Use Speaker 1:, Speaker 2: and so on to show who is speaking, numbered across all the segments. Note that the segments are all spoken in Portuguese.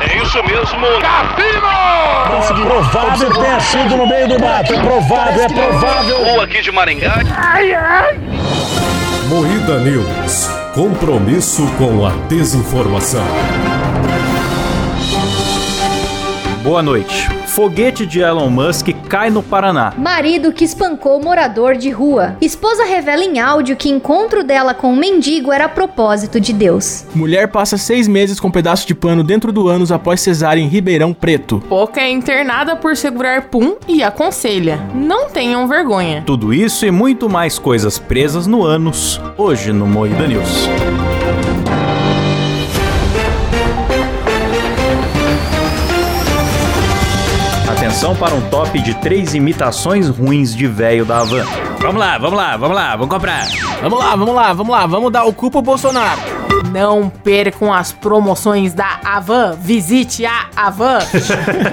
Speaker 1: É Isso mesmo, Capino!
Speaker 2: Conseguiu. Provável que tenha sido no meio do mato. É provável, é provável.
Speaker 1: Ou aqui de Maringá.
Speaker 3: Moída News. Compromisso com a desinformação.
Speaker 4: Boa noite. Foguete de Elon Musk cai no Paraná.
Speaker 5: Marido que espancou morador de rua. Esposa revela em áudio que encontro dela com um mendigo era propósito de Deus.
Speaker 6: Mulher passa seis meses com um pedaço de pano dentro do ânus após cesárea em Ribeirão Preto.
Speaker 7: Poca é internada por segurar pum e aconselha: não tenham vergonha.
Speaker 4: Tudo isso e muito mais coisas presas no ânus, hoje no Moída News. Atenção para um top de três imitações ruins de véio da Havan.
Speaker 8: Vamos lá, vamos lá, vamos lá, vamos comprar.
Speaker 6: Vamos lá, vamos lá, vamos lá, vamos dar o cu pro Bolsonaro.
Speaker 7: Não percam as promoções da Avan. Visite a Avan.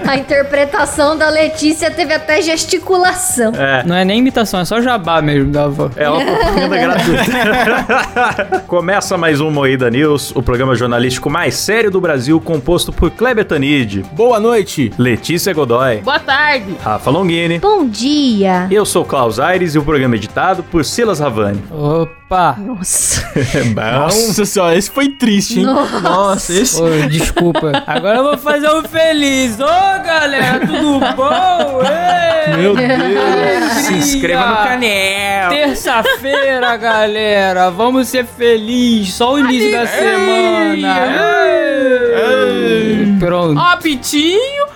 Speaker 5: A interpretação da Letícia teve até gesticulação.
Speaker 4: É,
Speaker 9: Não é nem imitação, é só jabá mesmo da avó.
Speaker 4: É uma propaganda gratuita. Começa mais um Moída News, o programa jornalístico mais sério do Brasil, composto por Kleber Tanid,
Speaker 6: Boa noite.
Speaker 4: Letícia Godoy,
Speaker 7: Boa tarde.
Speaker 4: Rafa Longini.
Speaker 5: Bom dia.
Speaker 4: Eu sou Klaus Aires e o programa é editado por Silas Ravani.
Speaker 9: Opa!
Speaker 5: Nossa.
Speaker 4: É bom.
Speaker 6: Ah, Nossa senhora, esse foi triste, hein?
Speaker 9: Nossa, esse... Ô, desculpa. Agora eu vou fazer um feliz. Ô, galera, tudo bom? Ei!
Speaker 6: Meu Deus.
Speaker 9: Alegria!
Speaker 4: É. Se inscreva no canal.
Speaker 9: Terça-feira, galera. Vamos ser felizes. Só o início da semana. Ei! Pronto.
Speaker 7: Ó, Pitinho.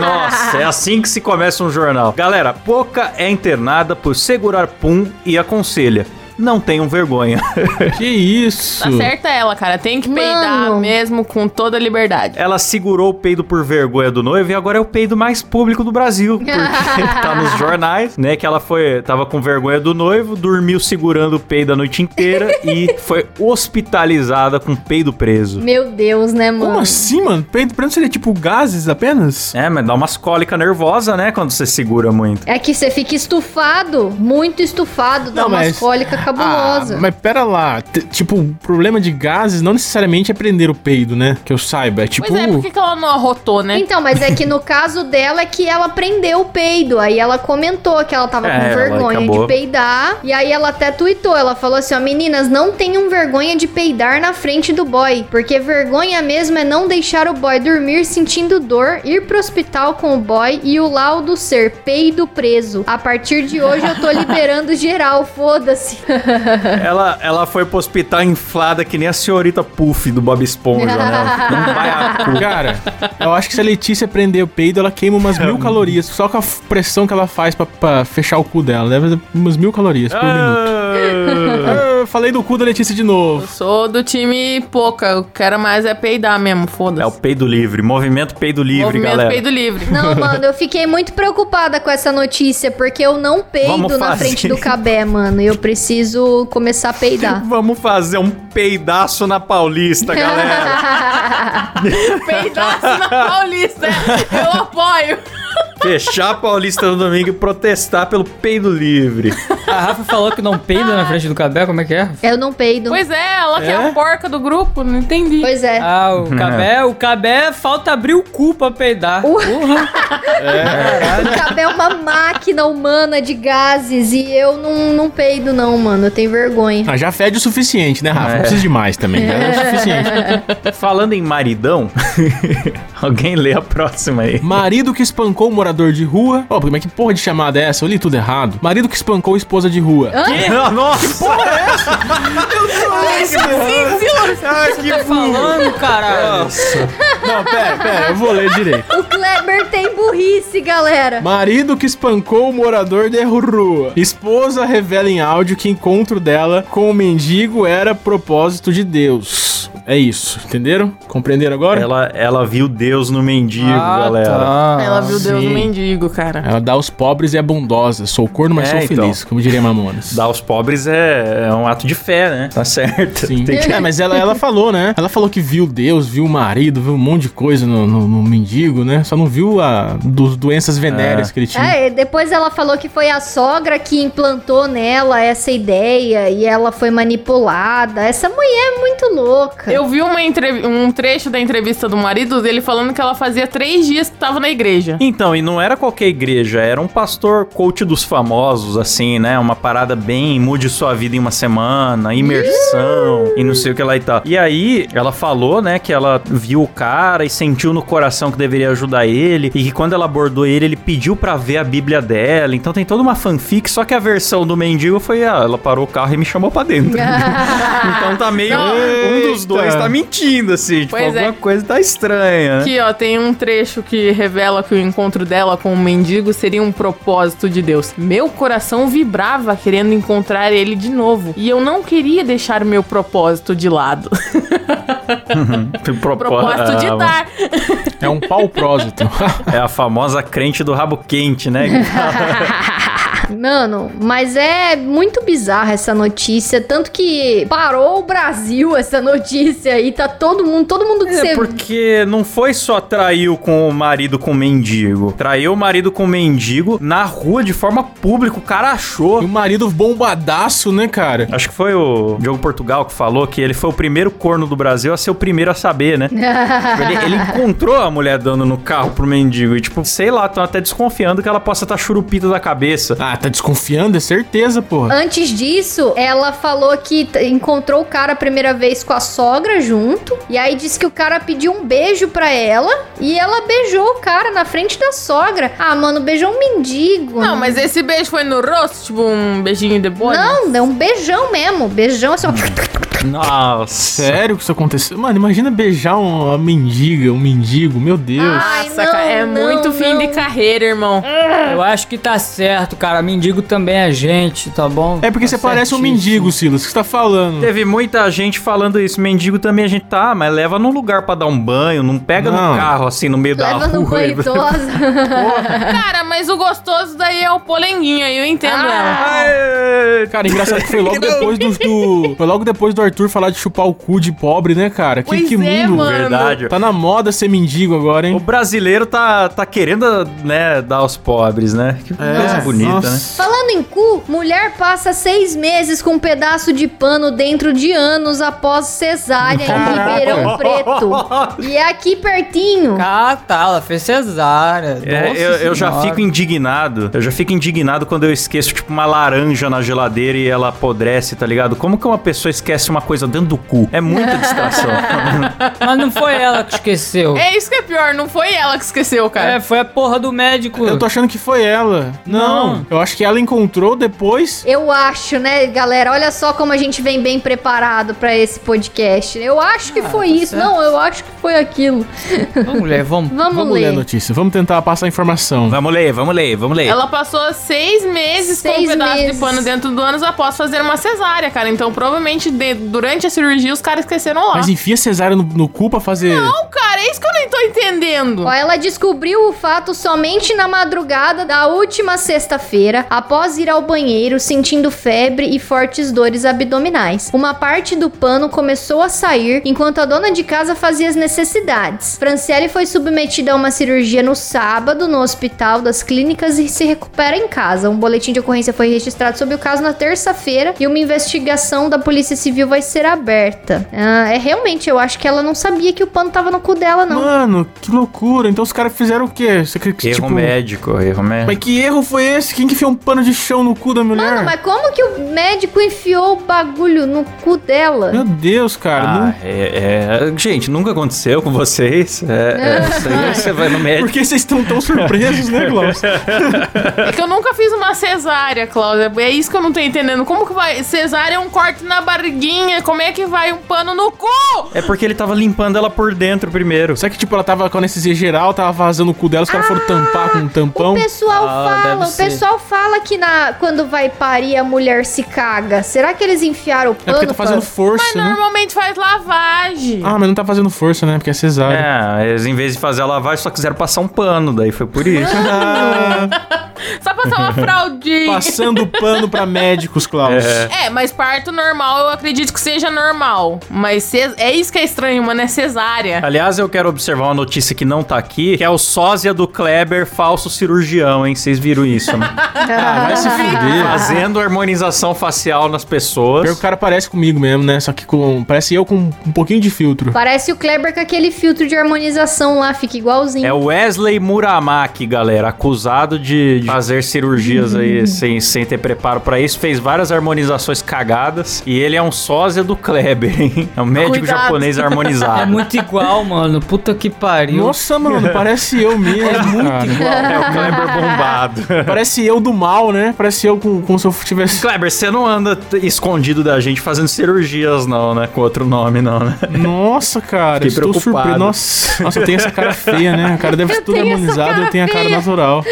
Speaker 4: Nossa, é assim que se começa um jornal. Galera, Poca é internada por segurar pum e aconselha. Não tenham vergonha.
Speaker 6: Que isso?
Speaker 7: Tá certa ela, cara. Tem que peidar
Speaker 5: Mano.
Speaker 7: mesmo com toda a liberdade.
Speaker 4: Ela segurou o peido por vergonha do noivo e agora é o peido mais público do Brasil. Porque tá nos jornais, né? Que ela foi. Tava com vergonha do noivo, dormiu segurando o peido a noite inteira e foi hospitalizada com o peido preso.
Speaker 5: Meu Deus, né, mano?
Speaker 6: Como assim, mano? Peito preto seria tipo gases apenas?
Speaker 4: É, mas dá umas cólicas nervosa, né? Quando você segura muito.
Speaker 5: É que você fica estufado, muito estufado, dá
Speaker 6: Não,
Speaker 5: uma
Speaker 6: mas-
Speaker 5: cólica cabulosa.
Speaker 6: Ah, mas pera lá, T- tipo, problema de gases não necessariamente é prender o peido, né? Que eu saiba, é tipo...
Speaker 7: Pois é, por que que ela não arrotou, né?
Speaker 5: Então, mas é que no caso dela é que ela prendeu o peido. Aí ela comentou que ela tava
Speaker 4: É,
Speaker 5: com
Speaker 4: ela
Speaker 5: vergonha de
Speaker 4: acabou.
Speaker 5: peidar. E aí ela até tuitou, ela falou assim, ó, meninas, não tenham vergonha de peidar na frente do boy. Porque vergonha mesmo é não deixar o boy dormir sentindo dor, ir pro hospital com o boy e o laudo ser peido preso. A partir de hoje eu tô liberando geral, foda-se.
Speaker 4: Ela, ela foi pro hospital inflada que nem a senhorita Puff do Bob Esponja, né? Não vai a cu.
Speaker 6: Cara, eu acho que se a Letícia prender o peido, ela queima umas mil calorias. Só com a f- pressão que ela faz pra, pra fechar o cu dela. Deve umas mil calorias por minuto.
Speaker 4: Ah,
Speaker 6: Ah, eu falei do cu da Letícia de novo.
Speaker 7: Eu sou do time pouca. Eu quero mais é peidar mesmo,
Speaker 4: É o
Speaker 7: foda-se.
Speaker 4: peido livre, movimento peido É livre,
Speaker 7: Movimento
Speaker 4: galera.
Speaker 7: peido livre.
Speaker 5: Não, mano, eu fiquei muito preocupada com essa notícia, porque eu não peido
Speaker 4: Vamos
Speaker 5: na
Speaker 4: fazer.
Speaker 5: frente do cabé, mano. E eu preciso começar a peidar.
Speaker 4: Vamos fazer um peidaço na Paulista, galera.
Speaker 7: Peidaço na Paulista. Eu apoio.
Speaker 4: Fechar a Paulista no domingo e protestar pelo peido livre.
Speaker 9: A Rafa falou que não peida na frente do cabelo, como é que é?
Speaker 5: eu não peido. Pois,
Speaker 7: Pois é, ela que é a porca do grupo. Não entendi.
Speaker 5: é.
Speaker 9: Ah, o
Speaker 4: Uhum.
Speaker 9: cabé, o cabé falta abrir o cu pra peidar. tá
Speaker 5: O-
Speaker 9: Porra.
Speaker 4: Ah, né?
Speaker 5: O cabé é uma máquina humana de gases e eu não, não peido, não, mano. Eu tenho vergonha.
Speaker 6: Ah, já fede o suficiente, né, Rafa? Não precisa de mais também. Já é o suficiente.
Speaker 4: Falando em maridão, alguém lê a próxima aí.
Speaker 6: Marido que espancou um morador de rua. Ó, como é que porra de chamada é essa? Eu li tudo errado. Marido que espancou esposa de rua.
Speaker 4: Nossa!
Speaker 9: é Ah, que tá falando, caralho?
Speaker 6: Não, pera, pera, eu vou ler direito.
Speaker 5: O Kleber tem burrice, galera.
Speaker 6: Marido que espancou o morador de rua. Esposa revela em áudio que encontro dela com o mendigo era propósito de Deus. É isso, entenderam? Compreenderam agora? Ela,
Speaker 4: Ela, ela viu Deus no mendigo, galera.
Speaker 9: tá.
Speaker 7: Ela viu Deus
Speaker 6: sim.
Speaker 7: no mendigo, cara.
Speaker 6: dá aos pobres e é bondosa. Sou corno, mas
Speaker 4: É,
Speaker 6: sou
Speaker 4: então.
Speaker 6: feliz, como diria Mamonas.
Speaker 4: Dar aos pobres é, é um ato de fé, né? Tá certo.
Speaker 6: Sim.
Speaker 4: Tem que-
Speaker 6: É, mas ela, ela falou, né? Ela falou que viu Deus, viu o marido, viu um monte de coisa no, no- no mendigo, né? Só não viu a dos doenças venéreas que ele tinha.
Speaker 5: É, e depois ela falou que foi a sogra que implantou nela essa ideia e ela foi manipulada. Essa mulher é muito louca.
Speaker 10: Eu vi uma entrev- um trecho da entrevista do marido dele falando que ela fazia três dias que tava na igreja.
Speaker 4: Então, e não era qualquer igreja, era um pastor coach dos famosos, assim, né? Uma parada bem, mude sua vida em uma semana, imersão e não sei o que lá e tal. E aí, ela falou, né, que ela viu o cara e sentiu no coração que deveria ajudar ele e que quando ela abordou ele, ele pediu pra ver a Bíblia dela. Então tem toda uma fanfic, só que a versão do mendigo foi, ah, ela parou o carro e me chamou pra dentro. então tá meio,
Speaker 10: Não.
Speaker 4: um dos dois
Speaker 6: Eita.
Speaker 4: tá mentindo, assim, tipo,
Speaker 10: Pois é.
Speaker 4: alguma coisa tá estranha, né?
Speaker 10: Aqui, ó, tem um trecho que revela que o encontro dela com o mendigo seria um propósito de Deus. Meu coração vibrava querendo encontrar ele de novo. E eu não queria deixar o meu propósito de lado.
Speaker 4: Propó-
Speaker 10: Propósito de
Speaker 4: Ah,
Speaker 10: dar.
Speaker 6: É um pau prósito.
Speaker 4: É a famosa crente do rabo quente, né?
Speaker 5: Mano, mas é muito bizarra essa notícia. Tanto que parou o Brasil essa notícia aí. Tá todo mundo, todo mundo que você.
Speaker 4: É porque não foi só traiu com o marido com o mendigo. Traiu o marido com o mendigo na rua de forma pública. O cara
Speaker 6: E o
Speaker 4: achou.
Speaker 6: marido bombadaço, né, cara?
Speaker 4: Acho que foi o Diogo Portugal que falou que ele foi o primeiro corno do Brasil a ser o primeiro a saber, né? ele, ele encontrou a mulher dando no carro pro mendigo. E, tipo, sei lá, estão até desconfiando que ela possa estar churupita da cabeça.
Speaker 6: Ah, tá desconfiando? É certeza, porra.
Speaker 5: Antes disso, ela falou que t- encontrou o cara a primeira vez com a sogra junto. E aí disse que o cara pediu um beijo pra ela. E ela beijou o cara na frente da sogra. Ah, mano, beijou um mendigo.
Speaker 10: Não, mas esse beijo foi no rosto, tipo um beijinho de bolha.
Speaker 5: Não, é um beijão mesmo. Beijão assim, ó.
Speaker 4: Nossa.
Speaker 6: Sério que isso aconteceu? Mano, imagina beijar um- uma mendiga, um mendigo, meu Deus.
Speaker 5: Ai,
Speaker 10: Nossa, cara, é
Speaker 5: não,
Speaker 10: muito fim
Speaker 5: não.
Speaker 10: de carreira, irmão.
Speaker 9: Eu acho que tá certo, cara. Mendigo também é gente, tá bom?
Speaker 6: É porque você parece um mendigo, Silas, o que você tá falando.
Speaker 4: Teve muita gente falando isso. Mendigo também a gente tá, mas leva num lugar pra dar um banho, não pega
Speaker 6: Não.
Speaker 4: no carro assim no meio da
Speaker 5: Leva
Speaker 4: rua.
Speaker 10: um
Speaker 5: no banho idosa.
Speaker 10: Cara, mas o gostoso daí é o polenguinho, aí eu entendo ela.
Speaker 4: Aê!
Speaker 6: Cara, engraçado que foi logo depois do, do- Foi logo depois do Arthur falar de chupar o cu de pobre, né, cara? Que,
Speaker 10: Pois
Speaker 6: que
Speaker 10: é,
Speaker 6: mundo.
Speaker 10: mano.
Speaker 4: Verdade.
Speaker 6: Tá na moda ser mendigo agora,
Speaker 4: O
Speaker 6: hein?
Speaker 4: brasileiro tá, tá querendo, né, dar aos pobres, né? Que
Speaker 6: É.
Speaker 4: coisa bonita, né?
Speaker 5: Falando em cu, mulher passa seis meses com um pedaço de pano dentro de anos após cesárea em Ribeirão Preto. E é aqui pertinho.
Speaker 9: Ah, tá. Ela fez cesárea.
Speaker 4: É,
Speaker 9: Nossa
Speaker 4: eu, eu já
Speaker 9: senhora.
Speaker 4: fico indignado. Eu já fico indignado quando eu esqueço, tipo, uma laranja na geladeira e ela apodrece, tá ligado? Como que uma pessoa esquece uma coisa dentro do cu? É muita distração.
Speaker 9: Mas não foi ela que esqueceu.
Speaker 10: É isso que é pior, não foi ela que esqueceu, cara.
Speaker 9: É, foi a porra do médico.
Speaker 6: Eu tô achando que foi ela. Não,
Speaker 9: Não.
Speaker 6: eu acho que ela encontrou depois.
Speaker 5: Eu acho, né, galera? Olha só como a gente vem bem preparado pra esse podcast. Eu acho que foi isso. Não, eu acho que foi aquilo.
Speaker 9: Vamos, mulher, vamos.
Speaker 5: Vamos,
Speaker 6: Vamos ler a
Speaker 5: ler.
Speaker 6: notícia, vamos tentar passar a informação.
Speaker 4: vamos ler, vamos ler, vamos ler.
Speaker 10: Ela passou seis meses com um
Speaker 5: Seis
Speaker 10: pedaço
Speaker 5: meses.
Speaker 10: de pano dentro do ânus após fazer uma cesárea, cara. Então, provavelmente, de- durante a cirurgia, os caras esqueceram lá.
Speaker 6: Mas enfia cesárea no, no cu pra fazer.
Speaker 10: Não, cara, é isso que eu não tô entendendo.
Speaker 5: Ó, ela descobriu o fato somente na madrugada da última sexta-feira, após ir ao banheiro sentindo febre e fortes dores abdominais. Uma parte do pano começou a sair enquanto a dona de casa fazia as necessidades. Franciele foi submetida a uma cirurgia no sábado no hospital das clínicas e se recupera em casa. Um boletim de ocorrência foi registrado sobre o caso na terça-feira e uma investigação da Polícia Civil vai ser aberta. Ah, é realmente, eu acho que ela não sabia que o pano tava no cu dela, não.
Speaker 6: Mano, que loucura. Então os caras fizeram o quê? Você, tipo, que- que,
Speaker 5: tipo
Speaker 4: Erro médico, erro
Speaker 6: Mas
Speaker 5: É.
Speaker 4: médico.
Speaker 6: que erro foi esse? Quem que enfiou um pano de chão no cu da mulher?
Speaker 5: Mano, mas como que o médico enfiou o bagulho no cu dela?
Speaker 6: Meu Deus, cara.
Speaker 4: Ah,
Speaker 6: não-
Speaker 4: é, é- Gente, nunca aconteceu com vocês. É, é, isso aí você vai no médico.
Speaker 6: Por que vocês estão tão surpresos, né, Glaucio?
Speaker 10: É que eu nunca fiz uma cesárea, Cláudia. É isso que eu não tô entendendo. Como que vai. Cesárea é um corte na barriguinha. Como é que vai um pano no cu?
Speaker 4: É porque ele tava limpando ela por dentro primeiro.
Speaker 6: Será que, tipo, ela tava com anestesia geral, tava vazando o cu dela, os caras foram tampar com
Speaker 5: Ah,
Speaker 6: um
Speaker 5: O
Speaker 6: tampão?
Speaker 5: pessoal
Speaker 9: Ah,
Speaker 5: fala,
Speaker 9: deve
Speaker 5: o
Speaker 9: ser.
Speaker 5: pessoal fala que na, quando vai parir a mulher se caga. Será que eles enfiaram o
Speaker 6: É
Speaker 5: pano?
Speaker 6: porque tá fazendo
Speaker 5: pra-
Speaker 6: força,
Speaker 10: Mas
Speaker 6: né?
Speaker 10: normalmente faz lavagem.
Speaker 6: Ah, mas não tá fazendo força, né? Porque é cesárea.
Speaker 4: É, eles em vez de fazer a lavagem só quiseram passar um pano, daí foi por isso.
Speaker 6: Ah,
Speaker 10: Só passar uma fraldinha.
Speaker 6: Passando pano pra médicos, Klaus.
Speaker 4: É.
Speaker 10: É, mas parto normal eu acredito que seja normal. Mas ces- é isso que é estranho, mano, é cesárea.
Speaker 4: Aliás, eu quero observar uma notícia que não tá aqui, que é o sósia do Kleber, falso cirurgião, hein? Vocês viram isso, né?
Speaker 5: Ah,
Speaker 6: vai se fuder.
Speaker 4: Fazendo harmonização facial nas pessoas.
Speaker 6: Pior que o cara parece comigo mesmo, né? Só que com, parece eu com um pouquinho de filtro.
Speaker 5: Parece o Kleber com aquele filtro de harmonização lá, fica igualzinho.
Speaker 4: É o Wesley Muramaki, galera, acusado de de fazer cirurgias aí sem, sem ter preparo pra isso, fez várias harmonizações cagadas e ele é um sósia do Kleber, hein? É um médico
Speaker 10: Cuidado.
Speaker 4: japonês harmonizado.
Speaker 9: É muito igual, mano. Puta que pariu.
Speaker 6: Nossa, mano, parece eu mesmo.
Speaker 9: muito igual.
Speaker 4: É o Kleber bombado.
Speaker 6: parece eu do mal, né? Parece eu com, como se eu tivesse.
Speaker 4: Kleber, você não anda t- escondido da gente fazendo cirurgias, não, né? Com outro nome, não, né?
Speaker 6: Nossa, cara,
Speaker 4: Fiquei
Speaker 6: estou
Speaker 4: preocupado.
Speaker 6: surpreso. Nossa, nossa, eu tenho essa cara feia, né? O cara deve
Speaker 10: Eu
Speaker 6: ser todo
Speaker 10: tenho essa
Speaker 6: harmonizado,
Speaker 10: cara
Speaker 6: eu tenho a cara
Speaker 10: feia.
Speaker 6: natural.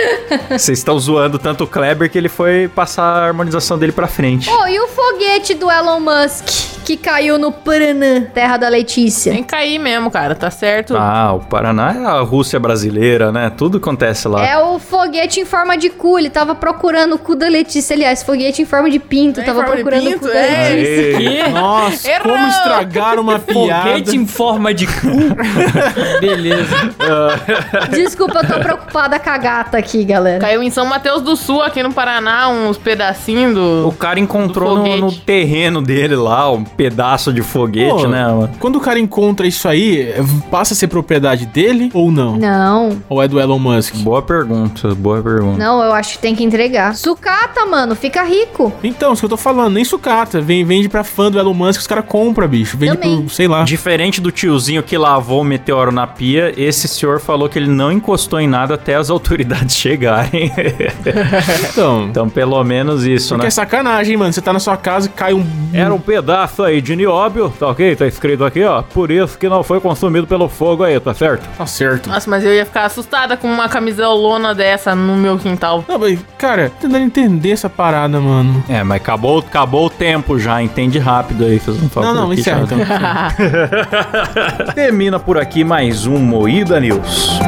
Speaker 4: Vocês estão zoando tanto o Kleber que ele foi passar a harmonização dele pra frente.
Speaker 9: É
Speaker 5: Oh, e o foguete do Elon Musk que caiu no Paranã, terra da Letícia?
Speaker 10: Tem que cair mesmo, cara, tá certo?
Speaker 4: É. Ah, o Paraná é a Rússia brasileira, né? Tudo acontece lá.
Speaker 5: É o foguete em forma de cu. Ele tava procurando o cu da Letícia. Aliás, foguete em forma de pinto.
Speaker 10: É, em
Speaker 5: tava
Speaker 10: forma de
Speaker 5: procurando
Speaker 10: pinto,
Speaker 5: o cu da
Speaker 10: é.
Speaker 5: Letícia.
Speaker 4: Aê.
Speaker 9: Que?
Speaker 6: Nossa,
Speaker 10: Errou!
Speaker 6: como estragar uma piada.
Speaker 9: Foguete em forma de cu? Beleza.
Speaker 5: Desculpa, eu tô preocupada com a gata aqui, galera.
Speaker 10: Caiu em São Mateus do Sul, aqui no Paraná, uns pedacinhos
Speaker 4: O
Speaker 10: do.
Speaker 4: cara encontrou
Speaker 10: Do
Speaker 4: no,
Speaker 10: foguete.
Speaker 4: no terreno dele lá um pedaço de foguete,
Speaker 6: Pô,
Speaker 4: né? mano?
Speaker 6: Quando o cara encontra isso aí, passa a ser propriedade dele ou não?
Speaker 5: Não,
Speaker 6: Ou é do Elon Musk?
Speaker 4: Boa pergunta, boa pergunta.
Speaker 5: não, eu acho que tem que entregar. Sucata, mano, fica rico.
Speaker 6: Então, isso que eu tô falando, nem sucata. Vem, vende pra fã do Elon Musk, os caras compram, bicho. Vende
Speaker 5: Também.
Speaker 6: pro, sei lá.
Speaker 4: Ah. Diferente do tiozinho que lavou o meteoro na pia, esse senhor falou que ele não encostou em nada até as autoridades chegarem.
Speaker 6: Então.
Speaker 4: então, pelo menos isso,
Speaker 6: Porque
Speaker 4: né?
Speaker 6: é sacanagem, mano. Você tá na sua casa e cai um.
Speaker 4: Era um pedaço aí de nióbio, tá ok? Tá escrito aqui, ó. Por isso que não foi consumido pelo fogo aí, tá certo?
Speaker 6: Tá certo.
Speaker 10: Nossa, mas eu ia ficar assustada com uma camisolona dessa no meu quintal.
Speaker 6: Não, mas, cara, tô tentando entender essa parada, mano.
Speaker 4: É, mas acabou, acabou o tempo já, entende rápido aí, fez um favor.
Speaker 6: Não, não,
Speaker 4: aqui,
Speaker 6: encerra
Speaker 4: já.
Speaker 6: então.
Speaker 4: Termina por aqui mais um Moída News.